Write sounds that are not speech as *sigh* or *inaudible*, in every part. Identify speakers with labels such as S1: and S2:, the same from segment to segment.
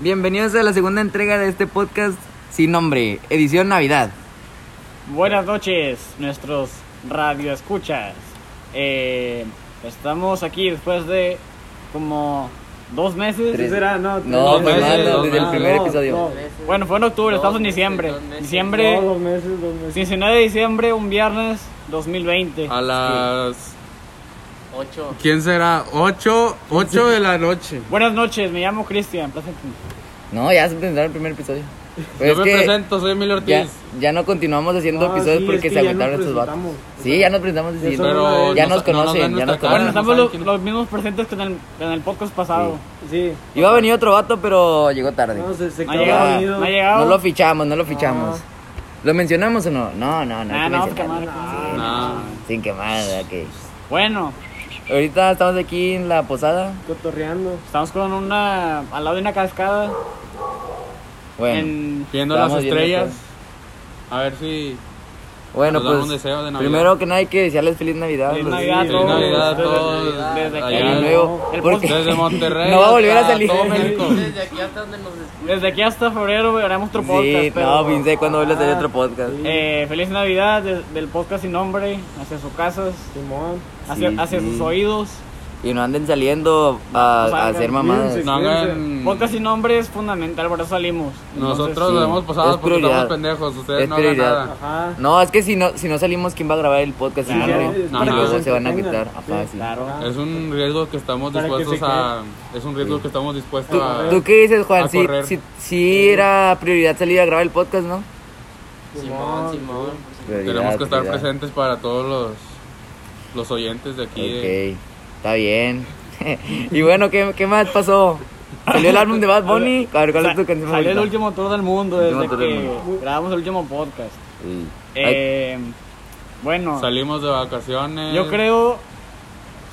S1: Bienvenidos a la segunda entrega de este podcast sin nombre, edición Navidad.
S2: Buenas noches, nuestros radioescuchas. Eh, estamos aquí después de como dos meses.
S1: Tres.
S2: ¿será?
S3: Ah,
S1: No,
S2: tres
S1: pues
S2: meses,
S1: nada,
S2: dos
S1: desde el
S2: meses.
S1: primer episodio.
S2: Bueno, fue en octubre,
S4: Dos
S2: estamos en
S4: meses,
S2: diciembre.
S4: dos meses.
S2: Diciembre,
S3: dos meses, dos meses.
S2: 19 de diciembre, un viernes 2020.
S4: A
S5: las...
S4: 8.
S5: ¿Quién será? 8, 8 de la noche.
S2: Buenas noches, me llamo Cristian, preséntenme.
S1: No, ya se presentaron el primer episodio. Pero
S5: Yo
S1: Pues es
S5: me
S1: que
S5: presento, soy Emilio
S1: ya,
S5: Ortiz.
S1: ya no continuamos haciendo
S3: Ah,
S1: episodios
S3: sí,
S1: porque
S3: es que
S1: se
S3: ya nos
S1: agotaron estos vatos.
S3: presentamos.
S1: Sí, ya nos presentamos
S3: Ya
S1: y
S3: son
S1: no-
S3: una
S5: Pero
S3: de-
S1: ya nos
S5: no- no nos
S1: conocen,
S5: ven
S1: ya
S5: nuestra
S1: nos
S5: cara.
S2: Bueno,
S1: no
S5: no
S2: estamos
S5: saben
S2: lo-
S5: quién-
S2: los mismos presentes que en el, en el podcast pasado.
S3: Sí,
S1: Iba a venir otro vato, pero llegó tarde.
S3: no se, se
S2: No
S3: quedó
S2: ha llegado,
S3: dormido.
S2: no ha
S1: No
S2: llegado.
S1: lo fichamos, no lo fichamos.
S3: Ah.
S1: ¿Lo mencionamos o no? No, no, no. hay
S2: Ah,
S1: que
S2: no, qué
S1: mencionarlo.
S2: madre.
S5: Nah.
S1: Sin quemar, ok.
S2: Bueno,
S1: Ahorita estamos aquí en la posada.
S3: Cotorreando.
S2: estamos con una al lado de una cascada
S1: Bueno,
S2: en
S5: Viendo
S1: Estamos
S5: las
S1: viendo
S5: estrellas. A ver si...
S1: bueno
S5: nos dan
S1: pues.
S5: un deseo de Navidad.
S1: primero que nada hay que desearles feliz Navidad.
S2: Feliz
S1: los-
S2: Navidad a
S5: Feliz
S2: todos.
S5: Navidad a
S2: Desde-
S5: todos.
S2: desde
S5: allá.
S1: Año
S2: aquí.
S1: nuevo.
S2: El
S1: porque-
S2: podcast.
S5: Desde
S1: *laughs*
S5: Monterrey.
S1: No va a volver a
S5: hasta
S1: salir.
S5: todo México.
S4: Desde aquí hasta donde nos escuchan.
S2: Desde aquí hasta febrero haremos otro podcast.
S1: Sí,
S2: pero,
S1: no, pensé cuando vuelves a hacer otro podcast.
S3: Sí.
S2: eh, feliz Navidad de- del podcast sin nombre, hacia sus casas,
S3: Simón.
S2: hacia,
S1: Sí,
S2: hacia
S1: sí.
S2: sus oídos.
S1: Y no anden saliendo a,
S2: No salgan,
S1: a hacer mamadas.
S3: cuídense.
S5: No
S1: Mm.
S5: hagan...
S2: Podcast sin nombre es fundamental, por eso salimos. Entonces,
S5: Nosotros
S1: Sí.
S5: lo hemos pasado
S1: Es
S5: porque
S1: prioridad.
S5: estamos pendejos. Ustedes
S1: Es
S5: no hagan
S1: prioridad.
S5: nada.
S3: Ajá.
S1: No, es que si no, si no salimos, ¿quién va a grabar el podcast?
S2: Claro.
S1: Claro.
S3: Sí,
S1: Y
S3: es
S5: para que
S1: luego
S3: se
S1: se van a
S3: entretengan.
S1: quitar. Ajá,
S3: Sí.
S1: Ah, sí.
S2: Claro.
S3: Ajá.
S5: Es un riesgo que estamos
S3: Para que se
S5: dispuestos a... Es un riesgo que estamos dispuestos a...
S1: ¿Tú qué dices, Juan?
S5: A
S1: Sí,
S5: correr.
S1: sí, sí era prioridad salir a grabar el podcast, ¿no?
S4: Simón, Simón.
S5: Tenemos que estar
S1: prioridad.
S5: presentes para todos los... Los oyentes de aquí. de-
S1: Ok, está bien. *laughs* y bueno, ¿qué, ¿qué más pasó? ¿Salió el álbum de Bad
S2: *laughs*
S1: Bunny? A ver, ¿cuál es tu
S2: Sa-
S1: canción
S2: Salió el
S1: favorita?
S2: último tour del mundo
S1: El
S2: desde
S1: último tour del
S2: que grabamos el último podcast.
S1: Sí. Ay,
S2: Eh, bueno,
S5: Salimos de vacaciones.
S2: yo creo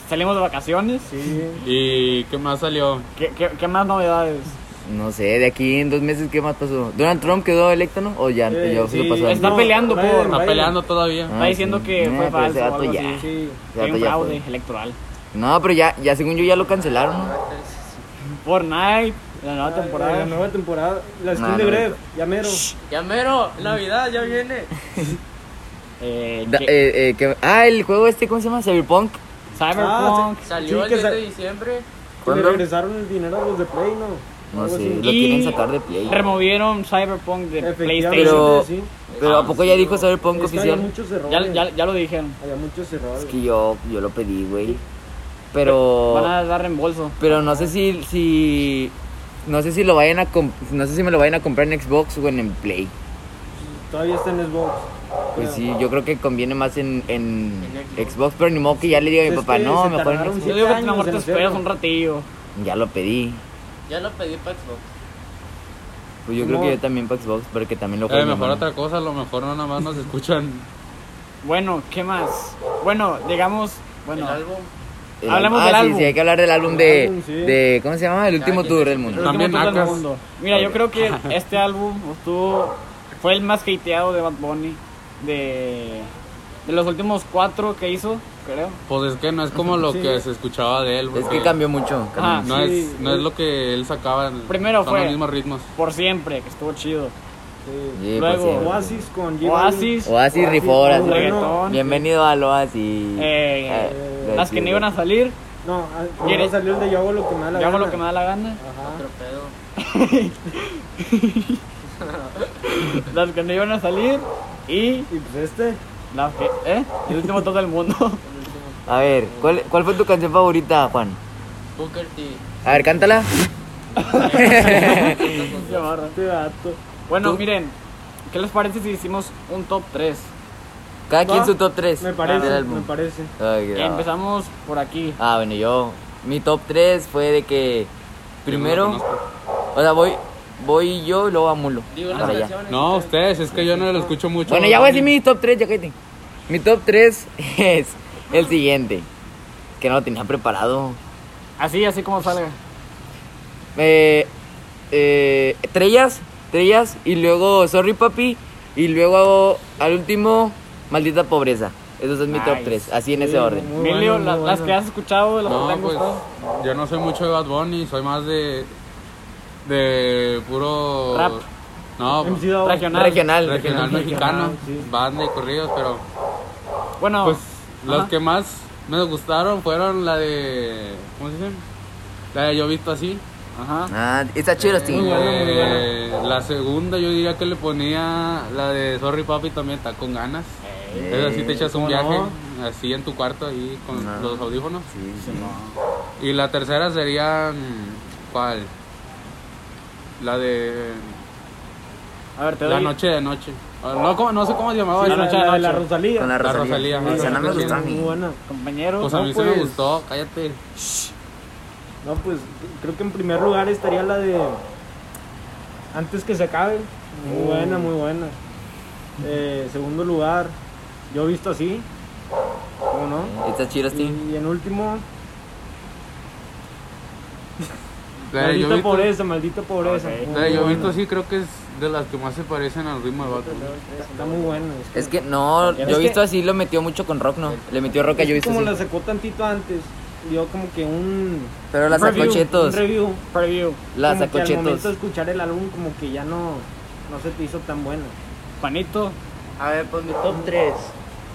S2: salimos de vacaciones.
S3: Sí.
S5: ¿Y qué más salió?
S2: ¿Qué, qué, qué más novedades?
S1: no sé, de aquí en dos meses, ¿qué más pasó? ¿Donald Trump quedó electo, no? ¿O ya,
S3: Eh,
S1: ya se lo
S3: sí.
S1: pasó?
S2: Está
S3: No,
S2: peleando
S3: Biden,
S2: por-
S3: Biden.
S5: Está peleando todavía.
S1: Ah,
S2: Está diciendo que
S1: Eh,
S2: fue
S1: pero ese
S2: falso o
S1: vato
S2: algo
S1: ya.
S2: así.
S3: Sí.
S1: ese
S2: Hay
S1: vato
S2: un
S1: ya
S2: fraude
S1: fue.
S2: electoral.
S1: No, pero ya, ya según yo ya lo cancelaron. ¿no?
S2: Fortnite, la nueva
S3: Ah,
S2: temporada.
S3: La nueva temporada. La skin
S1: Nah,
S3: de
S1: no.
S3: Gref. Ya mero.
S4: Ya mero, Navidad ya viene.
S2: Eh,
S1: Da-
S2: que-
S1: eh, eh, que- ah, el juego este, ¿cómo se llama? Cyberpunk.
S2: Cyberpunk.
S4: Salió
S3: Sí,
S4: el
S3: que
S4: 10
S3: sa-
S4: de diciembre.
S3: Que Le
S1: ¿Cuándo?
S3: regresaron el dinero a los de Play, ¿no?
S1: No
S3: Algo
S1: sé,
S3: así.
S1: lo
S2: Y-
S1: quieren sacar de Play.
S2: Removieron Cyberpunk de
S3: Efectivamente,
S2: PlayStation.
S1: Pero-
S3: sí.
S1: Pero ¿a
S4: Ah,
S1: poco
S4: sí,
S1: ya
S4: no.
S1: dijo Cyberpunk
S3: Es que había
S1: oficial?
S3: muchos errores.
S2: Ya, ya, ya lo dijeron.
S3: Había muchos errores.
S1: Es que yo, yo lo pedí, güey.
S2: Van
S1: Pero,
S2: a dar reembolso.
S1: pero no sé si, si, no sé si lo vayan a, comp- no sé si me lo vayan a comprar en Xbox o en, en Play.
S3: Todavía está en Xbox.
S1: Pues sí, yo creo que conviene más en, en
S4: En
S1: Xbox, pero ni modo que ya le diga a
S2: Pues
S1: mi
S3: Es
S1: papá,
S3: que
S1: no,
S3: se
S1: mejor en
S3: tardaron
S1: Xbox.
S2: Yo digo que
S3: años
S2: mejor te
S3: en
S2: esperas
S3: hacerlo.
S2: un ratillo.
S1: Ya lo pedí.
S4: Ya lo pedí para Xbox.
S1: Pues yo creo que
S3: No.
S1: yo también para Xbox, pero que también lo
S5: Eh,
S1: juegue mi
S5: mejor
S1: hermano.
S5: otra cosa, a lo mejor no nada más nos escuchan.
S2: Bueno, ¿qué más? Bueno, digamos. Bueno,
S4: El álbum.
S1: El
S2: Hablamos
S1: álbum.
S2: del
S1: ah, sí,
S2: álbum.
S1: sí, hay que hablar del álbum de,
S3: El álbum, sí.
S1: de ¿cómo se llama? El último
S4: Ya,
S1: tour
S4: ya,
S1: del
S4: ya.
S2: el
S1: mundo.
S2: último
S5: También
S2: tour del
S5: nacas.
S2: mundo. Mira, yo creo *laughs* que este álbum estuvo, fue el más hateado de Bad Bunny. De, de los últimos cuatro que hizo, creo.
S5: Pues es que no es como lo
S3: Sí.
S5: que se escuchaba de él.
S1: Es
S5: porque
S1: que cambió mucho. cambió
S2: Ajá.
S5: No,
S3: Sí.
S5: es, no es lo que él sacaba.
S2: Primero
S5: son
S2: fue-
S5: los mismos ritmos.
S2: Por siempre, que estuvo chido.
S3: Sí.
S1: Sí,
S2: Luego,
S1: pues sí.
S3: Oasis con J Balvin.
S1: Oasis
S2: Oasis.
S3: Oasis,
S1: rifó ahora sí.
S2: reggaetón.
S1: Bienvenido a Oasis.
S2: Eh,
S1: Eh,
S2: Las que no iban a salir,
S3: No, ah,
S2: ¿Quieres?
S3: primero salió el de Yo hago lo que me da la
S2: yo hago
S3: gana.
S2: lo que me da la gana.
S3: Ajá.
S4: Otro pedo.
S2: Las que no iban a salir y
S3: Y pues este.
S2: las que. ¿Eh? El último tour del mundo.
S1: A ver, ¿cuál, ¿cuál fue tu canción favorita, Juan?
S4: Booker T.
S1: A ver, cántala.
S2: Qué barra.
S3: Este vato.
S2: Bueno,
S1: ¿Tú?
S2: miren, ¿qué les parece si hicimos un top 3?
S1: Cada quien
S3: Va,
S1: su top 3.
S3: Me parece, me parece.
S2: Empezamos por aquí.
S1: Ah, bueno, yo. Mi top 3 fue de que.
S5: Yo
S1: Primero.
S5: no lo conozco.
S1: O sea, voy, voy yo y luego a Mulo.
S4: Digo
S1: Ah,
S4: las
S1: ya.
S4: canciones.
S5: No, ustedes, es que yo no lo escucho mucho.
S1: Bueno, ya voy a decir mi top 3, ya cállate. Mi top 3 *laughs* es el siguiente. Que no lo tenía preparado.
S2: Así, así como salga.
S1: Eh, eh, Trellas, Trellas, y luego Sorry Papi, y luego al último Maldita Pobreza. Esos son mi top
S2: Nice.
S1: 3, así en ese
S3: Sí,
S1: orden.
S3: muy
S2: Emilio,
S3: bueno, muy
S2: la- las
S3: bueno.
S5: pues,
S2: que has escuchado, las que te
S5: No,
S2: han
S5: pues
S2: gustado.
S5: yo no soy mucho de Bad Bunny, soy más de de puro.
S2: Rap.
S5: No, pues,
S3: MC Dao.
S2: Regional.
S1: Regional,
S5: regional
S1: regional.
S5: mexicano.
S3: sí.
S5: Banda y corridos, pero.
S2: Bueno,
S5: Pues los
S2: ajá.
S5: que más me gustaron fueron la de. ¿Cómo se dice? La de Yo Visto Así.
S2: ajá.
S1: Ah, está chido, sí.
S5: Eh,
S3: buena, muy
S5: La segunda yo diría que le ponía la de Sorry Papi también está con ganas.
S1: Eh,
S5: Es así te echas
S3: ¿cómo
S5: un viaje, así en tu cuarto ahí con
S1: Ah.
S5: los audífonos.
S1: Sí, sí.
S5: Y la tercera sería mm, ¿cuál? La de
S2: A ver, te doy.
S5: La noche de noche. Ah, No, ¿cómo- no sé cómo se llamaba
S2: Sí,
S5: la
S3: la,
S5: noche de
S3: la,
S5: noche.
S3: la Rosalía.
S1: Con la
S5: La
S1: Rosalía.
S5: Rosalía,
S1: Esa
S5: ajá.
S1: no me gusta a
S3: Muy
S1: mí.
S3: buena.
S2: Compañero.
S5: Pues a
S3: No,
S5: mí se me
S3: pues.
S5: gustó, cállate.
S3: No, pues creo que en primer lugar estaría la de Antes que se acabe. Muy
S5: Mm.
S3: buena, muy buena. Eh, segundo lugar, yo he visto así. ¿Cómo no?
S1: Está chido, sí.
S3: Y, y en último,
S5: La de
S3: maldita
S5: yo visto,
S3: pobreza, maldita pobreza.
S2: Ok.
S3: Muy
S5: la de Yo
S3: buena.
S5: Visto sí creo que es de las que más se parecen al ritmo de Batman.
S3: Está, está muy buena.
S1: Es que no,
S3: Es
S1: yo he
S3: que-
S1: visto así, lo metió mucho con rock, ¿no? Le metió rock a
S3: es
S1: yo
S3: que
S1: he visto
S3: como la
S1: así.
S3: sacó tantito antes, dio como que un.
S1: Pero la
S3: un
S1: sacó
S3: review,
S1: chetos.
S3: Un review.
S2: Preview.
S1: La
S3: Como que
S1: sacó
S3: Al momento de
S1: chetos.
S3: escuchar el álbum, como que ya no, no se te hizo tan buena.
S2: Panito.
S6: A ver, pues mi top 3.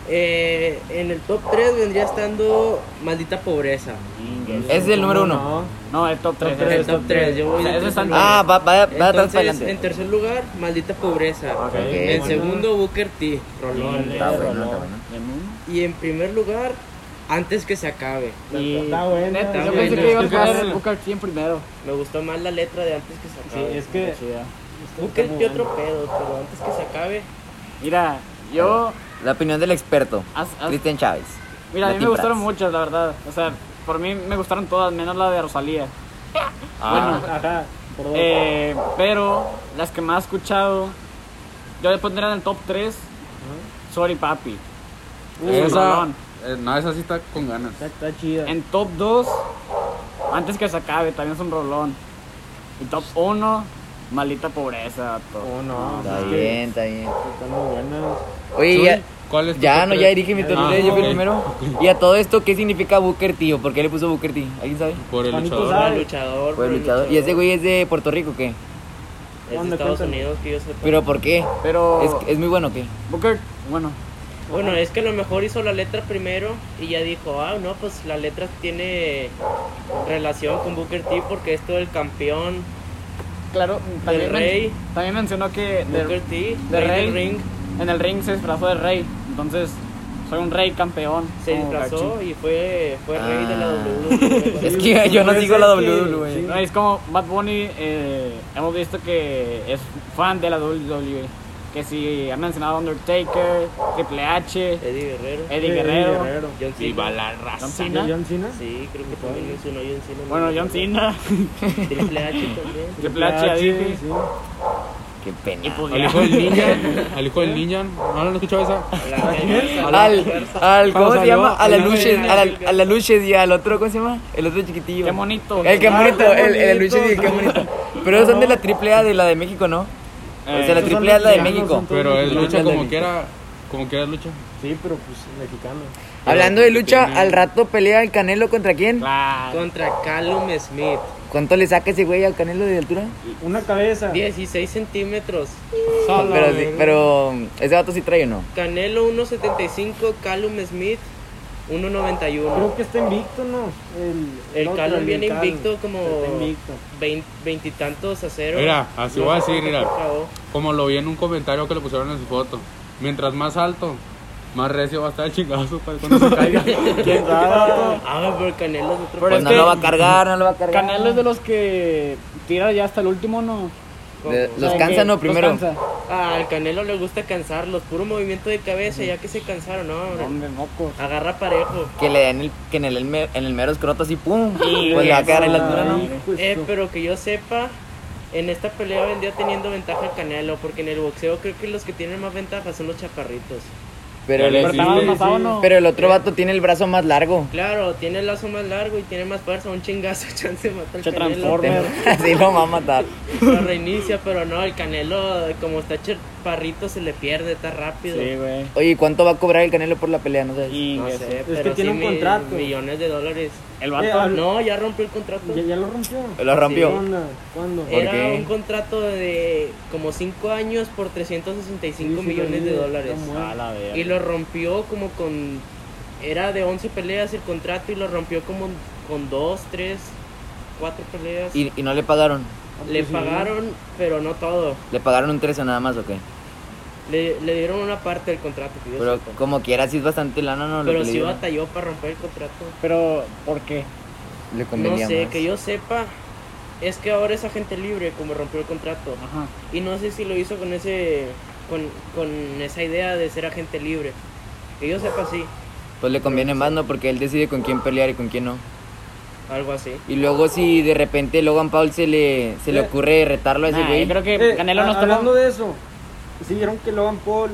S6: en el top 3 vendría estando Maldita Pobreza.
S1: Es el número uno.
S3: No,
S2: Eh, No, el top 3.
S3: Top tres,
S6: El top 3, yo voy
S2: O sea,
S6: de
S2: eso es
S6: tercer
S2: antes.
S6: lugar.
S1: Ah, va, va, va de atrás para
S6: Entonces, en
S1: adelante.
S6: tercer lugar, Maldita Pobreza.
S2: Ok.
S6: En
S1: bueno.
S6: segundo, Booker T. Rolón.
S2: eh,
S1: Está bueno, está bueno.
S6: Y en primer lugar, Antes que se acabe.
S2: Y-
S3: está buena.
S2: Neta,
S3: está
S2: yo
S3: buena.
S2: pensé que ibas a
S5: Es que
S2: poner
S5: es-
S2: Booker T en primero.
S6: Me gustó más la letra de Antes que se acabe.
S3: Sí, es que
S2: Chida.
S6: Booker
S3: Está muy
S6: T otro pedo, pero Antes que se acabe.
S2: Mira, yo.
S1: La opinión del experto,
S2: haz- haz-
S1: Cristian Chávez.
S2: Mira, a mí me
S1: Latin
S2: gustaron
S1: Brats.
S2: muchas, la verdad. O sea, por mí me gustaron todas, menos la de Rosalía.
S5: Ah,
S3: Ajá, por dos.
S2: Eh, pero las que más he escuchado, yo le pondría en el top 3. Sorry, papi.
S5: esa,
S2: Rolón.
S5: eh, no, esa sí está con ganas.
S3: está, está chida.
S2: En top 2, antes que se acabe, también es un rolón. Y top 1, maldita pobreza. vato.
S3: Oh, no,
S2: Ah,
S1: Está
S3: es que
S1: bien, está bien.
S3: Están muy buenas.
S1: Oye,
S5: ¿Tú?
S1: ya,
S5: ¿Cuál es tu
S1: ya
S5: top
S1: no,
S5: tres?
S1: ya dirige mi top
S5: Ah,
S1: tres, yo fui el
S5: ok.
S1: primero. Y a todo esto, ¿qué significa Booker T? ¿O por qué le puso Booker T? ¿Alguien sabe?
S5: Por el
S3: Juanito
S5: luchador.
S3: sabe.
S6: Fue luchador.
S1: Fue
S6: fue
S1: luchador. ¿Y ese güey es de Puerto Rico o qué?
S6: Es de
S3: ¿Dónde?
S6: Estados
S3: Cuéntame.
S6: Unidos que yo sepa.
S1: ¿Pero por qué?
S2: Pero,
S1: ¿Es, es muy bueno o qué?
S2: Booker, bueno,
S6: Bueno, es que a lo mejor hizo la letra primero y ya dijo, ah, no, pues la letra tiene relación con Booker T porque esto del campeón
S2: claro, también, men-
S6: Rey.
S2: también mencionó que de-
S6: Booker T,
S2: de
S6: Rey
S2: Rey.
S6: del Ring,
S2: en el ring se disfrazó de rey. Entonces, soy un rey campeón.
S6: se
S2: como
S6: disfrazó
S2: Gachi.
S6: y fue, fue Rey de la E,
S1: Ah.
S6: WWE.
S1: Es que yo no
S3: puede
S1: sigo
S3: ser
S1: la
S3: que-
S1: WWE.
S3: sí.
S2: No, Es como Bad Bunny, eh, hemos visto que es fan de la WWE. Que si han mencionado Undertaker, Triple H,
S6: Eddie Guerrero.
S2: Eddie Guerrero,
S6: John Cena.
S5: la raza.
S2: John
S3: ¿De
S2: Cena.
S3: John Cena?
S6: Sí, creo que también mencionó John Cena.
S2: Bueno, John Cena. *laughs*
S6: Triple H también.
S2: Triple H, ya dije.
S3: sí.
S1: Qué
S2: Y
S1: pena.
S2: pues
S5: Al
S2: ya.
S5: hijo del *laughs* ninja. Al hijo del ninja. ¿No lo han escuchado esa?
S6: La reversa.
S1: Al, al, ¿cómo
S5: Cuando
S1: se
S5: salió,
S1: llama? A la
S5: el-
S1: Luches, a la, a la Luches y al otro, ¿cómo se llama? El otro chiquitillo.
S2: *laughs* Qué bonito.
S1: El que
S2: Ah,
S1: bonito,
S2: qué
S1: el, el
S2: bonito.
S1: Luches y el que bonito. Pero esos son de la triple A de la de México, ¿no?
S2: Eh,
S1: o sea, la
S3: esos
S1: triple
S3: son
S1: A es la de
S3: mexicanos,
S1: México.
S3: son todos
S5: Pero es
S3: mexicanos.
S5: lucha como
S1: Ándale.
S5: quiera. Como quiera es lucha.
S3: Sí, pero pues mexicano.
S1: Hablando de lucha,
S5: Tiene-
S1: al rato pelea el Canelo contra quién?
S2: Claro.
S6: Contra Callum Smith.
S1: ¿Cuánto le saca ese güey al Canelo de altura?
S3: Una cabeza.
S6: 16 centímetros.
S1: pero, sí- pero ese vato sí trae o no.
S6: Canelo 1.75, Callum Smith 1.91.
S3: Creo que está invicto, ¿no? El,
S6: El
S3: otro,
S6: Callum
S3: el
S6: viene
S3: Callum.
S6: invicto como
S3: Está invicto.
S6: vein- veintitantos a cero.
S5: Mira, así voy a
S6: sé
S5: decir,
S6: por qué
S5: mira.
S6: acabó.
S5: Como lo vi en un comentario que le pusieron en su foto. Mientras más alto, más recio va a estar el chingazo para cuando se *laughs* caiga.
S3: ¿Quién sabe?
S6: Ah, pero Canelo es otro.
S2: Pero
S1: Pues
S2: es
S1: no
S2: que-
S1: lo va a cargar, no lo va a cargar.
S2: Canal es de los que tira ya hasta el último, ¿no?
S1: De-
S6: ¿Cómo?
S1: los
S2: O sea,
S1: cansa,
S2: que
S1: ¿no?
S2: los
S1: Primero.
S2: cansa.
S6: Ah, al Canelo le gusta cansarlos. Puro movimiento de cabeza, ya que se cansaron, no. hombre.
S2: Hombre, moco.
S6: Agarra parejo.
S1: Que le den el, que en el, en el mero escroto así, pum.
S2: Y
S1: pues le va a
S2: eso,
S1: cagar en la altura, ¿no?
S3: Ay, pues,
S6: Eh,
S3: no.
S6: pero que yo sepa, en esta pelea vendría teniendo ventaja Canelo, porque en el boxeo creo que los que tienen más ventaja son los chaparritos.
S1: Pero
S5: Pero
S1: el,
S2: Pero
S5: Sí,
S2: estaba
S5: sí,
S2: pasado, ¿no?
S1: pero el otro vato tiene el brazo más largo.
S6: Claro, tiene el lazo más largo y tiene más fuerza, un chingazo, *laughs* chance de matar al
S2: Se
S6: Canelo.
S1: *laughs*
S2: transforma.
S1: Así lo va a matar.
S6: Lo reinicia, pero no, el Canelo, como está ch- Parrito se le pierde, está rápido.
S2: Sí, güey.
S1: Oye, ¿y ¿cuánto va a cobrar el Canelo por la pelea? No sabes.
S2: Y
S6: No
S2: que
S6: sé,
S2: se-
S6: pero
S3: que tiene
S6: sí
S3: un
S6: mi-
S3: contrato.
S6: millones de dólares.
S2: el
S3: Eh,
S2: vato.
S3: habla-
S6: No, ya rompió el contrato.
S3: ¿Ya, ya lo rompió?
S1: Lo
S3: ¿Qué
S1: rompió.
S3: onda? ¿Cuándo?
S1: ¿Por Eh,
S6: Era
S1: qué?
S6: un contrato de como 5 años por 365
S3: Sí, sí,
S6: millones
S3: lo
S6: de
S3: vi,
S6: dólares.
S3: está
S2: A la verga.
S6: Y lo rompió como con... Era de 11 peleas el contrato y lo rompió como con 2, 3, 4 peleas.
S1: Y, y no le pagaron.
S6: le
S3: pues sí.
S6: pagaron, pero no todo.
S1: Le pagaron un 13 nada más, ¿ok?
S6: Le, le dieron una parte del contrato. que yo
S1: Pero
S6: sepa.
S1: como quiera, sí es bastante lana, ¿no? Lo que
S6: Pero
S1: le
S6: sí
S1: dieron.
S6: batalló para romper el contrato.
S2: Pero, ¿por qué?
S1: Le
S6: No
S1: convenía
S6: sé,
S1: más.
S6: que yo sepa, es que ahora es agente libre como rompió el contrato.
S2: Ajá.
S6: Y no sé si lo hizo con ese con, con esa idea de ser agente libre. Que yo sepa sí,
S1: Pues le conviene más, ¿no? Porque él decide con quién pelear y con quién no.
S6: algo así.
S1: Y luego si de repente Logan Paul se le, se le
S3: Eh.
S1: ocurre retarlo a ese
S2: Nah,
S1: güey.
S2: yo creo que
S3: Eh,
S2: Canelo no
S3: a-
S2: está
S3: hablando de eso, si vieron que Logan Paul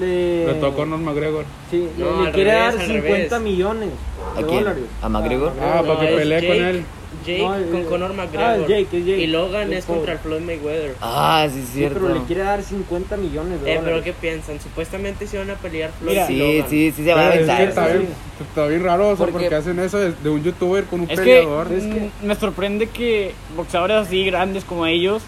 S3: le,
S5: Le tocó a Norma Gregor.
S3: sí, le-
S6: No,
S3: le
S6: al
S3: quiere
S6: revés, al
S3: dar 50
S6: revés.
S3: millones de
S1: ¿A quién?
S3: dólares.
S1: ¿A McGregor?
S5: Ah, para que
S6: es
S5: pelee con
S6: Jake-
S5: él.
S6: Jake
S3: No,
S6: con
S3: eh,
S6: Conor
S3: ah,
S6: McGregor.
S3: es Jake, es Jake.
S6: Y Logan
S3: Jake
S6: es
S3: Paul.
S6: contra el Floyd Mayweather.
S1: Ah, sí, es
S3: Sí,
S1: cierto.
S3: pero le quiere dar 50 millones de
S6: Eh, pero
S3: dólares.
S6: ¿qué piensan? Supuestamente se iban a pelear Floyd
S3: Mira,
S6: y
S1: sí,
S6: Logan.
S1: sí, sí se va a
S5: Pero es que
S1: aventar.
S5: está, bien, está bien raro, o sea,
S1: Porque-
S5: porque hacen eso de, de un youtuber con un
S2: Es que,
S5: peleador.
S3: Es que-
S2: mm, me sorprende que boxeadores así grandes como ellos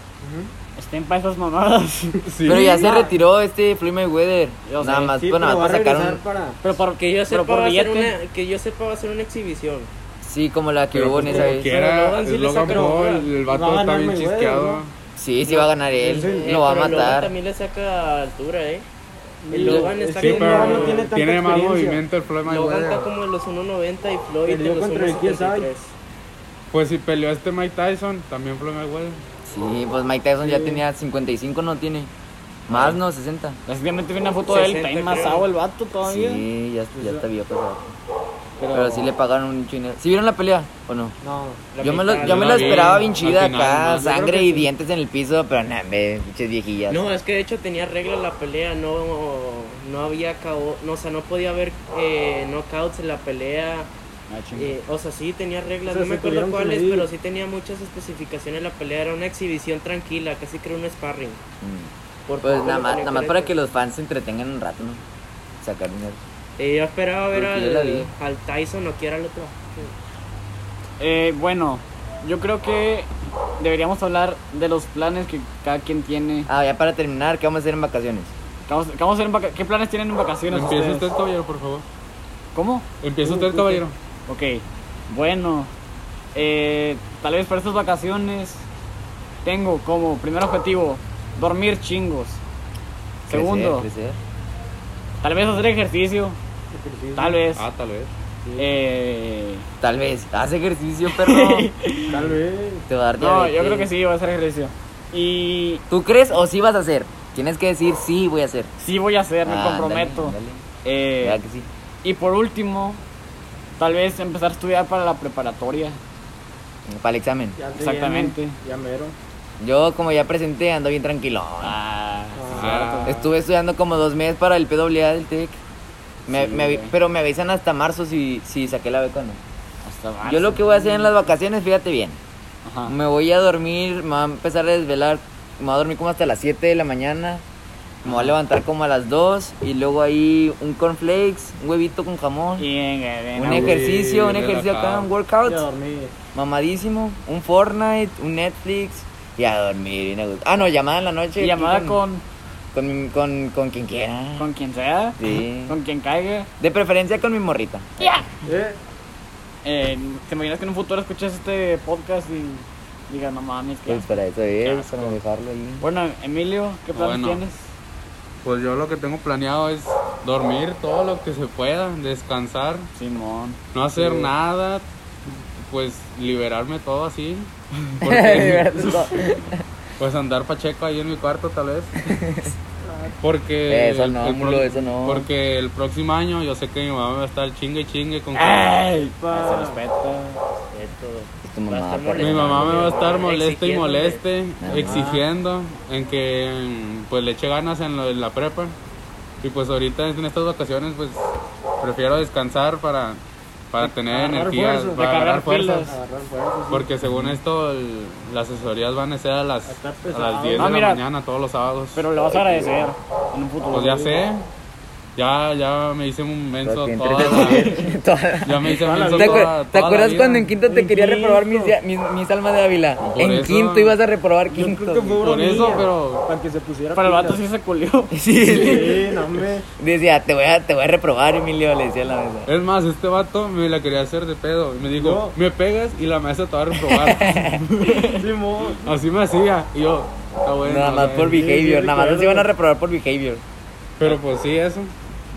S2: estén para esas mamadas.
S5: *laughs* Sí.
S1: Pero ya se retiró este Floyd Mayweather.
S2: Yo
S1: Nada
S2: sé,
S1: más,
S3: Sí,
S1: pues nada
S3: pero va
S1: más
S3: a
S1: para sacar
S3: regresar
S1: un...
S3: para...
S2: Pero por,
S6: Que yo,
S2: pero
S6: sepa
S2: por
S6: va a ser
S2: billete.
S6: una, que yo sepa va a ser una exhibición.
S1: Sí, como la que
S5: Pero
S1: hubo en
S5: pues
S1: esa
S5: como
S1: vez.
S5: quiera,
S6: Pero Logan sí
S5: es
S6: le
S5: Logan
S6: saca la
S5: Paul,
S6: hora.
S5: el
S3: Va a
S5: vato está
S3: ganar
S5: bien
S3: Mayweather,
S5: chisqueado.
S3: ¿no?
S1: Sí, sí va a ganar él.
S3: Sí, sí.
S1: Lo va a
S6: pero Logan
S1: matar.
S6: también le saca altura, ¿eh?
S3: Y
S6: El Logan
S3: es
S6: está
S5: Sí,
S3: que
S6: como...
S5: pero
S3: Logan no tiene
S5: tiene,
S3: tanta
S5: más
S3: experiencia.
S5: movimiento el Floyd
S6: Logan está
S5: Mayweather.
S6: como en los 1.90 y Floyd en
S3: Peleó
S6: los
S3: contra el quién sabe.
S6: 1.73.
S5: Pues si peleó este Mike Tyson, también Floyd Mayweather.
S1: Sí, pues Mike Tyson ya
S3: Sí.
S1: tenía 55, ¿no? Tiene más, ¿no? 60.
S2: Recientemente vi una foto de él, está
S6: 60
S2: enmasado
S6: creo.
S2: el vato todavía.
S1: Sí, ya, ya está viejo. ese vato. Pero sí le pagaron un chinero. ¿Sí vieron la pelea o no?
S3: No,
S6: La
S1: Yo me lo,
S6: mitad,
S1: yo me
S5: no
S1: lo
S5: vi,
S1: esperaba bien
S5: al
S1: chida
S5: final,
S1: acá,
S5: no, yo creo
S1: sangre
S5: que
S1: y
S5: sí.
S1: dientes en el piso, pero nada, me pinches viejillas. Mm.
S6: No, es que de hecho tenía regla la pelea, no, no había KO, no, o sea, no podía haber eh, knockouts en la pelea.
S2: Ah, chinga.
S6: eh, o sea, sí tenía reglas,
S3: O sea,
S6: no me
S3: se
S6: acuerdo
S3: tuvieron que
S6: cuáles,
S3: medir.
S6: pero sí tenía muchas especificaciones la pelea. Era una exhibición tranquila, casi que era un sparring.
S1: Mm.
S6: Por
S1: Pues
S6: poco
S1: nada
S6: lo
S1: más,
S6: conectan
S1: nada más
S6: eso.
S1: para que los fans se entretengan un rato, ¿no? Sacar dinero.
S6: Eh, yo esperaba ver
S1: Porque yo la vi.
S6: al, al Tyson o quiera el otro.
S2: Eh, bueno, yo creo que deberíamos hablar de los planes que cada quien tiene.
S1: Ah, ya para terminar, ¿qué vamos a hacer en vacaciones?
S2: ¿Qué, vamos- qué vamos a hacer en vaca- ¿Qué planes tienen en vacaciones?
S5: Empieza
S2: ustedes?
S5: usted, caballero, por favor.
S2: ¿Cómo?
S5: Empieza usted, caballero.
S2: Ok, bueno, eh, tal vez para estas vacaciones tengo como primer objetivo dormir chingos.
S1: Crecer,
S2: Segundo,
S1: crecer.
S2: tal vez hacer ejercicio,
S3: ejercicio.
S2: tal vez.
S5: Ah, tal vez.
S2: eh,
S1: Tal vez, haz ejercicio, perro.
S3: Tal vez.
S1: Te va a dar
S2: no, yo
S1: diabetes.
S2: creo que sí voy a hacer ejercicio. Y
S1: ¿Tú crees o sí vas a hacer? Tienes que decir sí voy a hacer.
S2: sí voy a hacer, me
S1: Ah,
S2: comprometo.
S1: ándale, ándale.
S2: Eh,
S1: ¿Verdad que sí?
S2: y por último, tal vez empezar a estudiar para la preparatoria.
S1: Para el examen.
S3: Ya se
S2: Exactamente.
S3: llena, Ya mero.
S1: Yo, como ya presenté, ando bien tranquilo.
S2: Ah,
S5: Ah.
S2: cierto.
S1: Estuve estudiando como dos meses para el PWA del TEC. Me-
S2: Sí,
S1: me avi-
S2: güey.
S1: pero me avisan hasta marzo si, si saqué la beca o no.
S2: Hasta marzo.
S1: Yo lo Mm. que voy a hacer en las vacaciones, fíjate bien.
S2: Ajá.
S1: Me voy a dormir, me voy a empezar a desvelar. Me voy a dormir como hasta las 7 de la mañana. Me voy a levantar como a las 2. Y luego ahí un cornflakes, un huevito con jamón.
S2: Y en- en-
S1: un
S5: uy,
S1: ejercicio, un ejercicio acá,
S5: relajado.
S1: un
S3: Ya
S1: workout.
S3: dormí.
S1: Mamadísimo. Un Fortnite, un Netflix. Y a dormir. bien a gusto. Ah, no, llamada en la noche.
S2: y
S1: aquí
S2: llamada con,
S1: Con, con, con quien quiera.
S2: con quien sea,
S1: Sí.
S2: con quien caiga.
S1: De preferencia con mi morrita.
S3: Eh,
S2: Eh, ¿Te imaginas que en un futuro escuches este podcast y digas, no mames, que...
S1: Pues para eso es,
S2: asco.
S1: para dejarlo ahí.
S2: Bueno, Emilio, ¿qué planes
S5: Pues- Bueno.
S2: tienes?
S5: Pues yo lo que tengo planeado es dormir todo lo que se pueda, descansar,
S2: Simón.
S5: no hacer nada, pues liberarme
S3: *laughs*
S5: todo así. Porque, pues andar pacheco ahí en mi cuarto
S2: *laughs*
S5: tal vez. Porque
S1: Eso no,
S5: pro-
S1: mulo, eso no.
S5: Porque el próximo año yo sé que mi mamá va a estar chingue y chingue con que-
S1: Ah,
S2: ¡Ey!
S3: pa.
S2: Se respeta.
S6: Esto.
S1: Es tu
S6: Va a
S1: mamá, *laughs*
S6: estar
S1: perro.
S5: Mi mamá me va a estar molesta y
S6: Exigiéndome.
S5: moleste,
S1: Ajá.
S5: exigiendo en que mm, pues le eche ganas en, lo- en la prepa. Y pues ahorita en estas vacaciones pues prefiero descansar para para tener
S3: agarrar
S5: energía,
S3: fuerzas.
S5: para
S2: Recargar
S5: agarrar fuerzas.
S2: pilas.
S3: Agarrar fuerzas. sí.
S5: Porque según esto, el- las asesorías van a ser a las,
S3: A estar
S5: a
S3: pesado.
S5: las 10
S2: Ah,
S5: de
S2: mira.
S5: la mañana todos los sábados.
S2: Pero le vas a agradecer en un futuro.
S5: pues ya sé, ya, ya me hice un menso
S1: Bien,
S5: toda la,
S1: entrete- toda-
S5: *laughs* Ya me hice menso
S1: ¿Te, acu- te
S5: toda- toda la
S1: acuerdas
S5: vida.
S1: cuando en quinto te
S3: En
S1: quería reprobar mis,
S3: quinto.
S1: dia- mis, mis almas de Ávila?
S5: Por
S1: En
S5: eso.
S1: quinto ibas a reprobar
S3: Yo
S1: quinto.
S3: creo que fue
S1: güey.
S3: una
S5: Por eso,
S3: niña,
S5: pero-
S3: Para que se pusiera
S2: Pero el vato sí
S3: pilas.
S2: se culió.
S5: *laughs*
S1: Sí, sí. *laughs*
S3: Sí,
S2: *laughs*
S3: no, hombre.
S1: Decía, te voy, a, te voy a reprobar, Emilio, le decía a la mesa.
S5: Es más, este vato me la quería hacer de pedo. Y me dijo,
S3: No.
S5: me pegas y la maestra te va a
S1: *laughs*
S5: reprobar.
S3: Simón.
S5: Así me hacía. Y yo, está bueno.
S1: nada más
S5: está
S1: por
S5: bien".
S1: behavior,
S3: sí,
S1: nada más
S3: claro.
S1: nos iban a reprobar por behavior.
S5: Pero pues sí, eso.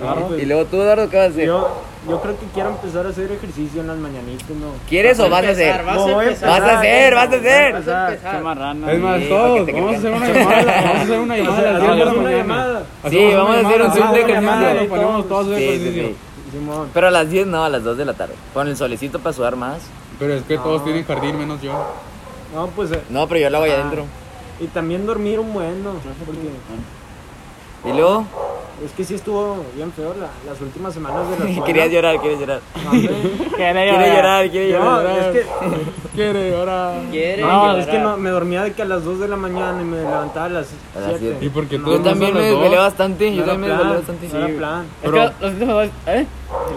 S3: Ah, pues,
S1: Y luego tú, Eduardo, ¿qué vas a hacer?
S3: yo, yo creo que quiero empezar a hacer ejercicio en las mañanitas, ¿no?
S1: ¿Quieres o vas a
S6: empezar,
S1: hacer?
S6: Vas
S3: No,
S6: a
S3: voy a
S6: empezar.
S1: Vas a hacer, vas a hacer.
S6: Vas a empezar.
S2: Qué marrana.
S5: Es más,
S1: Sí,
S5: todos,
S1: para que te
S5: vamos a hacer
S1: crean.
S5: una llamada.
S1: *laughs*
S5: Vamos a hacer una
S3: Hacemos
S5: llamada
S1: Ah,
S5: a las 10 de la
S3: una
S5: mañana.
S3: llamada.
S1: Sí,
S5: Hacemos
S1: vamos a
S5: una
S1: hacer un
S5: llamada,
S1: Zoom de
S5: hacemos una llamada,
S1: ejercicio.
S5: Nos ponemos todos de
S1: Sí, sí,
S5: ejercicio.
S1: sí.
S3: Simón.
S1: Pero a las 10 no, a las 2 de la tarde. Con el solecito para sudar más.
S5: Pero es que todos
S3: No.
S5: tienen jardín menos yo.
S3: No, pues, eh,
S1: No, pero yo lo hago allá adentro.
S3: y también dormir un bueno, porque
S1: Y luego,
S3: es que sí estuvo bien feo la- las últimas semanas de
S1: *laughs*
S3: la escuela.
S1: querías llorar, quieres llorar.
S3: No, hombre.
S1: Quiere llorar, quiere
S3: No,
S1: llorar.
S3: es que
S5: Quiere, ahora.
S6: Quiere
S3: No,
S6: llorar.
S3: es que no, me dormía de que a las 2 de la mañana y me levantaba a las 7.
S1: A las siete.
S5: ¿Y por qué
S3: No,
S5: todos
S1: Yo también me desvelé bastante, yo
S3: No era
S1: también me desvelé
S3: plan,
S1: bastante.
S3: no era plan.
S2: Es
S5: Pero-
S2: que los últimos dos- ¿eh?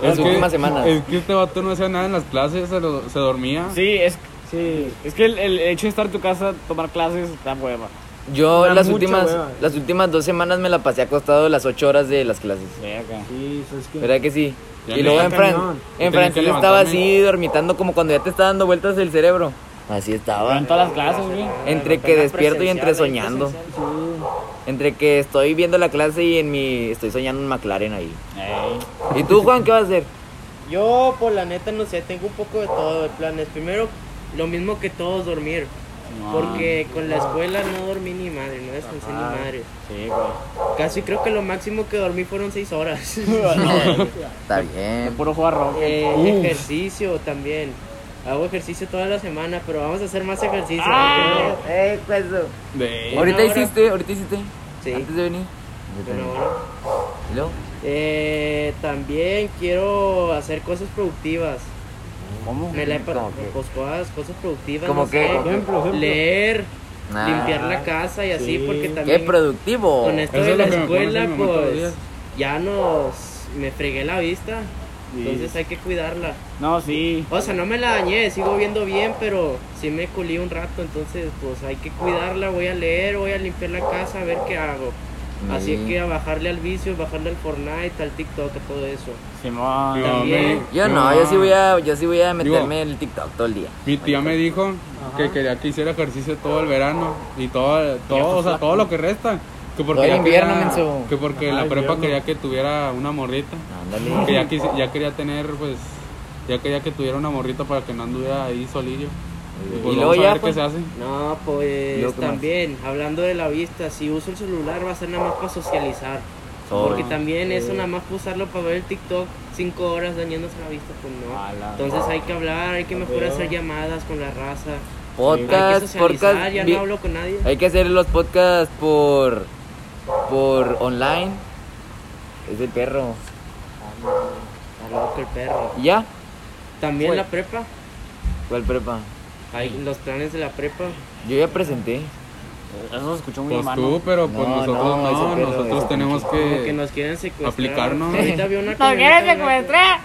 S1: Las últimas semanas.
S5: Es que este vato no hacía nada en las clases, se, lo- se dormía.
S2: Sí, es,
S3: Sí,
S2: es que el, el hecho de estar en tu casa, tomar clases, da hueva.
S1: Yo
S3: Me da
S1: las
S3: mucha
S1: últimas,
S3: hueva.
S1: las últimas dos semanas me la pasé acostado las ocho horas de las clases.
S2: Verga.
S3: sí, eso es que...
S1: ¿Verdad que sí?
S5: Ya
S1: y
S5: le
S1: luego
S5: da
S1: en, Fran-
S3: cañón.
S1: en
S5: Yo tenía que
S1: Francisco estaba
S5: levantarme.
S1: así dormitando como cuando ya te está dando vueltas el cerebro. Así
S5: Ah,
S1: estaba.
S2: En todas las clases, güey.
S1: Entre que despierto y entre
S6: Presencial, ahí
S1: soñando.
S6: presencial.
S3: Sí,
S1: Entre que estoy viendo la clase y en mi estoy soñando un McLaren ahí.
S2: Ey.
S1: ¿Y tú, Juan, qué vas a hacer? *laughs*
S6: Yo, por la neta, no sé, tengo un poco de todo de planes. Primero, lo mismo que todos dormir.
S2: No.
S6: Porque con la escuela no dormí ni madre, no descansé ni madre.
S2: Sí, güey.
S6: Casi creo que lo máximo que dormí fueron seis
S1: *laughs*
S6: horas.
S1: Está bien.
S2: Puro jugar rock.
S6: *laughs* Eh, ejercicio también. Hago ejercicio toda la semana, pero vamos a hacer más ejercicio.
S1: Eh, pues,
S5: De-
S1: ahorita
S6: hora.
S1: hiciste, ahorita hiciste.
S6: Sí.
S1: Antes de venir.
S6: porque no, no.
S1: ¿Y luego?
S6: Eh, también quiero hacer cosas productivas.
S1: ¿Cómo?
S6: Me la he pa-
S1: ¿Cómo que?
S6: pues, cosas, cosas productivas.
S1: ¿Cómo
S6: no
S1: qué?
S6: sé.
S1: ¿Cómo qué?
S3: ejemplo, ejemplo.
S6: Leer,
S1: Ah,
S6: limpiar la casa y así,
S3: sí.
S6: porque
S3: Qué
S1: ¡Qué
S6: también
S1: productivo!
S6: con esto
S5: Eso
S6: de
S5: es
S6: la
S5: lo que me pone
S6: escuela,
S5: así, me mata los
S6: pues
S5: días.
S6: ya nos. me fregué la vista.
S2: Sí.
S6: Entonces hay que cuidarla.
S2: No, sí.
S6: O sea, no me la dañé, sigo viendo bien, pero sí me culí un rato, entonces pues hay que cuidarla, voy a leer, voy a limpiar la casa, a ver qué hago. Así
S1: Mm.
S6: es que a bajarle al vicio, bajarle al Fortnite, al TikTok, a todo eso.
S2: Simón.
S5: No,
S6: También.
S5: me-
S1: Yo no, yo sí voy a, yo sí voy a
S5: Digo,
S1: meterme en el TikTok todo el día.
S5: Mi tía me dijo que quería que hiciera ejercicio todo el verano y todo, todo, o sea, todo lo que resta. Que porque
S1: Todo el
S5: ya
S1: invierno,
S5: quería-
S1: menso.
S5: Que porque
S3: Ajá,
S5: la prepa
S3: invierno.
S5: quería que tuviera una morrita.
S1: Ándale.
S5: Que ya, quise- ya quería tener, pues, ya quería que tuviera una morrita para que no anduviera ahí solillo.
S1: Y
S5: pues,
S1: luego
S5: vamos a
S1: ya,
S5: ver
S1: pues,
S5: qué se hace.
S6: No,
S1: ¿Y luego
S6: pues
S1: qué más?
S6: también, hablando de la vista, si uso el celular va a ser nada más para socializar. Porque
S1: Sobre.
S6: también eso nada más para usarlo para ver el TikTok cinco horas dañándose la vista, pues no. Entonces hay que hablar, hay que mejorar hacer llamadas con la raza. Hay que
S1: Podcast,
S6: socializar,
S1: podcast.
S6: ya
S1: vi-
S6: no hablo con nadie.
S1: Hay que hacer los podcasts por por online. Es el perro.
S6: Está loco el perro.
S1: ¿Y ya?
S6: También
S1: Bueno.
S6: la prepa.
S1: ¿Cuál prepa?
S6: Hay los planes de la prepa.
S1: Yo ya presenté.
S2: Eso se escuchó muy
S5: Pues
S2: mal.
S5: tú, pero pues
S1: No,
S5: nosotros
S1: no,
S5: no,
S1: ese pedo, ese
S5: nosotros tenemos
S1: Eh,
S6: Como que
S5: que...
S6: nos quieren secuestrar.
S5: aplicarnos.
S6: Ahorita había una camioneta blanca.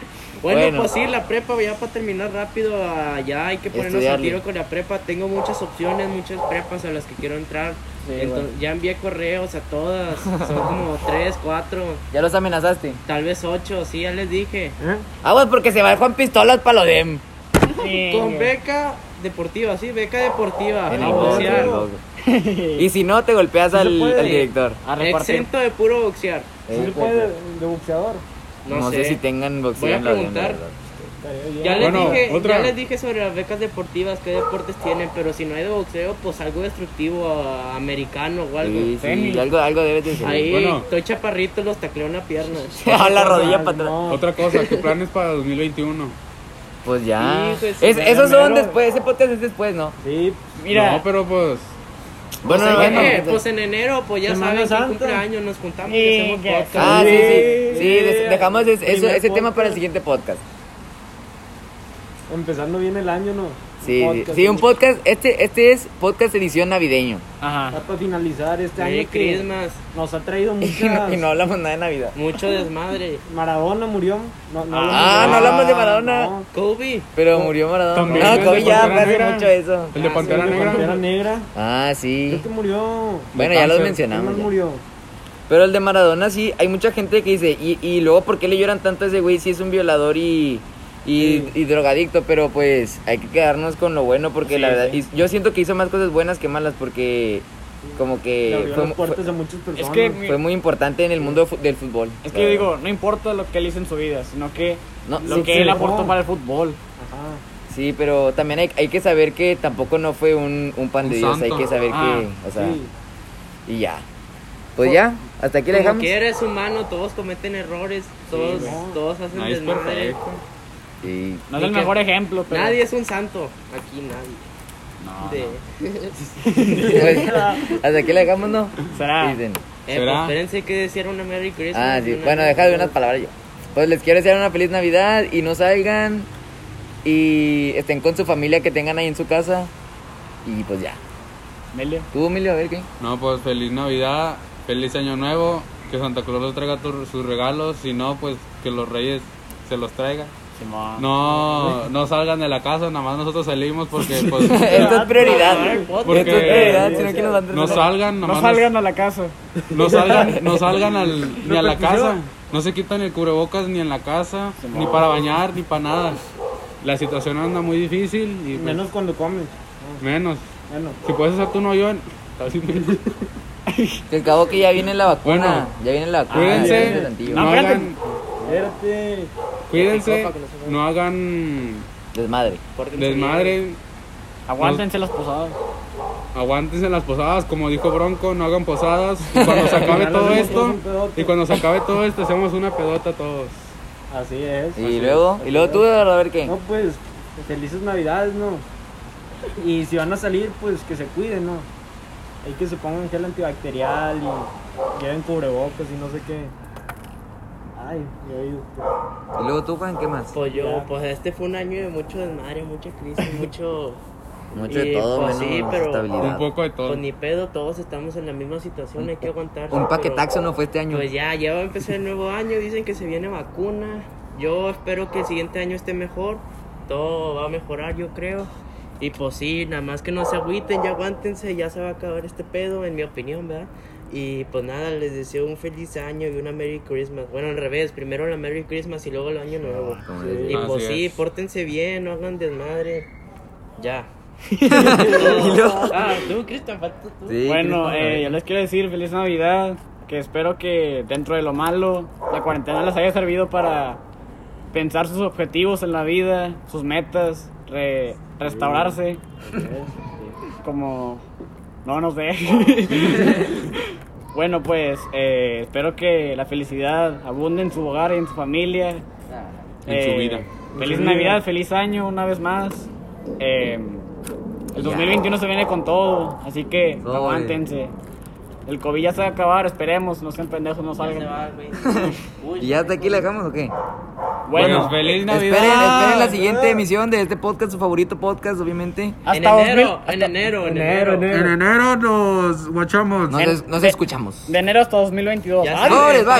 S6: Bueno,
S1: Bueno.
S6: pues sí, la prepa ya para terminar rápido. Allá hay que ponernos al
S1: Estudiarle.
S6: tiro con la prepa. Tengo muchas opciones, muchas prepas a las que quiero entrar.
S2: Sí,
S6: Entonces,
S2: bueno.
S6: Ya envié correos a todas. Son como
S1: *laughs*
S6: tres, cuatro,
S1: ¿Ya los amenazaste?
S6: tal vez ocho. Sí, ya les dije.
S3: ¿Eh?
S1: Aguas porque se va Juan Pistolas para lo dem.
S6: Con beca deportiva, sí, beca deportiva.
S1: En
S6: a
S1: el box, en
S6: boxear.
S1: el box. *laughs* Y si no, te golpeas al,
S3: puede. Este,
S1: al director.
S2: A repartir.
S6: Exento de puro boxear.
S1: Eh,
S3: Sí
S1: pues,
S3: se puede de boxeador.
S1: No, sé. si tengan boxeo
S6: Voy a
S1: en la DEM, la
S6: preguntar.
S1: verdad.
S3: Estaría bien.
S6: Ya les,
S5: Bueno,
S6: dije,
S5: otra.
S6: ya les dije sobre las becas deportivas, qué deportes tienen, pero si no hay de boxeo, pues algo destructivo ah, americano o algo.
S1: Sí, sí, algo, algo debe de ser.
S6: Ahí
S5: Bueno.
S6: estoy chaparrito, los tacleo una pierna.
S1: *laughs* A la rodilla
S3: Ay,
S1: para atrás.
S3: no.
S5: Otra cosa,
S1: *laughs*
S5: ¿qué planes para 2021?
S1: Pues ya.
S6: Hijo de su
S1: Es-
S6: madre,
S1: esos son
S3: mero.
S1: después, ese podcast es después, ¿no?
S3: Sí,
S2: Mira.
S5: No, pero pues...
S1: Bueno,
S6: Eh,
S1: Ah, bueno.
S6: pues en enero, pues ya
S3: Semana
S6: saben que
S3: Santa.
S6: cumpleaños nos juntamos y
S2: Sí,
S6: hacemos
S2: ya
S6: podcast.
S1: Ah, sí, sí.
S3: Sí,
S1: Sí, des- dejamos es- eso-
S3: primer
S1: ese tema para el
S3: podcast.
S1: siguiente podcast.
S3: Empezando bien el año, ¿no?
S1: Sí, sí,
S3: podcast,
S1: sí, un podcast. Este, este es podcast edición navideño. *laughs*
S3: Ya
S2: Ajá.
S3: para finalizar este
S6: Merry
S3: año que
S6: Christmas.
S3: nos ha
S1: *laughs*
S3: traído
S1: Y no,
S3: muchas...
S1: y no hablamos nada de Navidad.
S6: Mucho desmadre.
S3: Maradona murió. No, no
S1: Ah, no hablamos de Maradona.
S3: no.
S6: Kobe.
S1: Pero murió Maradona.
S5: También
S1: No,
S5: el de
S1: Kobe ya
S5: Pantera
S1: fue hace
S5: Negra.
S1: mucho eso.
S5: El de
S6: Ah,
S5: Pantera
S3: El de
S5: Negra.
S3: Pantera Negra.
S1: Ah,
S3: Creo
S1: sí.
S3: que murió.
S1: Bueno, ya los
S5: Cáncer.
S3: ¿Quién
S1: mencionamos.
S3: más
S1: ya.
S3: murió?
S1: Pero el de Maradona sí, hay mucha gente que dice, y, y luego, ¿por qué le lloran tanto a ese güey si es un violador y, y,
S3: Sí.
S1: y drogadicto? Pero pues hay que quedarnos con lo bueno porque
S2: Sí,
S1: la verdad,
S2: sí.
S1: y yo siento que hizo más cosas buenas que malas porque como
S3: Le
S1: que
S3: abrió
S1: fue,
S3: las
S1: mu-
S3: puertas
S1: fue-
S3: a muchas personas.
S2: Es que,
S1: fue muy importante en el mundo fu- del fútbol.
S2: es
S1: la
S2: que yo
S1: verdad.
S2: digo, no importa lo que él hizo en su vida, sino que
S1: No,
S2: lo
S1: sí,
S2: que
S1: sí,
S2: él
S3: no.
S2: aportó para el fútbol.
S3: Ajá.
S1: sí, pero también hay, hay que saber que tampoco no fue un, un pan
S5: Un
S1: de Dios,
S5: santo.
S1: hay que saber
S2: Ah,
S1: que, o sea,
S3: sí.
S1: y ya. Pues ya, hasta aquí le
S6: Como
S1: dejamos.
S6: que eres humano, todos cometen errores, todos,
S3: güey.
S6: todos hacen
S5: No es
S6: desmadre.
S5: perfecto.
S1: Y
S2: No es el
S6: Y que-
S2: mejor ejemplo, pero.
S6: Nadie es un santo. Aquí nadie.
S5: No,
S6: De-
S5: Ah, no.
S1: *laughs* pues, hasta aquí le dejamos, ¿no?
S2: Será.
S1: Dicen.
S6: Eh,
S5: ¿Será?
S6: pues, espérense que decían una Merry Christmas.
S1: Ah, sí.
S6: una-
S1: Bueno, dejadme unas palabras yo. Pues les quiero desear una feliz Navidad y no salgan y estén con su familia que tengan ahí en su casa. Y pues ya.
S2: Melia.
S1: Tú, Emilio, a ver qué.
S5: No, pues feliz Navidad, feliz Año Nuevo, que Santa Claus les traiga tu- sus regalos, si no, pues que los reyes se los traigan.
S2: Simón.
S5: No, no salgan de la casa, nada más nosotros salimos porque pues,
S1: Esto es
S6: Ah,
S1: prioridad.
S6: el podcast.
S5: Porque-
S1: Esto es prioridad, si no, ¿quién nos va a
S5: no
S1: entretener?
S5: salgan,
S2: No
S5: nomás
S2: salgan a la casa.
S5: nos- no salgan, no salgan al- ni a la
S3: Repetición.
S5: casa, no se quitan el cubrebocas ni en la casa, ni para bañar, ni para nada. La situación anda muy difícil y pues,
S3: Menos cuando comes.
S5: menos.
S3: Bueno.
S5: Si puedes hacer tú no yo,
S1: *laughs*
S5: en-
S1: Que al cabo que ya viene la vacuna.
S5: Bueno.
S1: ya viene la vacuna.
S5: cuídense,
S1: Ah, ya viene el antiguo.
S5: no
S2: No, espérate.
S5: hagan,
S3: Espérate.
S5: cuídense, no hagan
S1: Desmadre.
S6: Pórtense bien.
S1: eh.
S5: desmadre,
S2: Aguántense las posadas.
S5: aguántense las posadas, como dijo Bronco, no hagan posadas. Y cuando
S1: *laughs*
S5: se acabe todo esto, y cuando se acabe todo esto, hacemos una pedota todos.
S3: Así es.
S1: Y luego, y luego tú, Eduardo, a ver qué.
S3: No, pues, felices navidades, ¿no? Y si van a salir, pues que se cuiden, ¿no? Hay que se pongan gel antibacterial y lleven cubrebocas y no sé qué. Ay, yo pues. oído.
S1: Y luego tú, Juan, ¿qué más?
S6: Pues yo,
S3: Ya.
S6: pues este fue un año de mucho desmadre, mucha
S1: *laughs*
S6: crisis, mucho.
S1: Mucho de
S6: Y,
S1: todo,
S6: pues, sí,
S1: menos
S6: pero-
S5: Un
S1: estabilidad.
S5: poco de todo.
S6: Pues ni pedo, todos estamos en la misma situación, hay que aguantar.
S1: Un paquetaxo no fue este año.
S6: Pues ya, ya va a empezar el nuevo año, dicen que se viene vacuna. Yo espero que el siguiente año esté mejor, todo va a mejorar, yo creo. Y pues sí, nada más que no se agüiten, ya aguántense, ya se va a acabar este pedo, en mi opinión, ¿verdad? Y pues nada, les deseo un feliz año y una Merry Christmas. Bueno, al revés, primero la Merry Christmas y luego el año nuevo.
S1: Como
S3: Sí.
S1: les
S6: Y
S1: digo.
S5: Así
S6: pues sí,
S5: es.
S6: pórtense bien, no hagan desmadre. Ya.
S1: *laughs* Y luego-
S6: Ah, tú, Cristian, falta tú.
S1: Sí,
S2: bueno,
S1: Cristian, a
S2: eh,
S1: ver.
S2: yo les quiero decir feliz Navidad, que espero que dentro de lo malo la cuarentena les haya servido para pensar sus objetivos en la vida, sus metas, re- restaurarse, *laughs* como no no
S5: *laughs*
S2: sé. bueno, pues eh, espero que la felicidad abunde en su hogar y en su familia. Eh,
S5: En su vida.
S2: Feliz Navidad, feliz año una vez más. Eh, el 2021 se viene con todo, así que
S1: Sobre.
S2: aguántense. El COVID ya se va a acabar, esperemos, no sean pendejos, no
S6: Ya se
S2: salgan.
S6: va, güey. Uy,
S1: *laughs* ¿Y ya hasta aquí le dejamos o qué?
S2: Bueno,
S5: Pues, feliz
S1: Esperen,
S5: Navidad.
S1: esperen la siguiente emisión de este podcast, su favorito podcast, obviamente.
S6: En
S2: hasta 2000
S6: enero, en enero, en enero,
S5: En enero nos guachamos.
S1: Nos, es- nos escuchamos.
S2: de enero hasta 2022.
S6: Ya
S2: Ah,
S6: se-
S1: ¡Sobres, bye!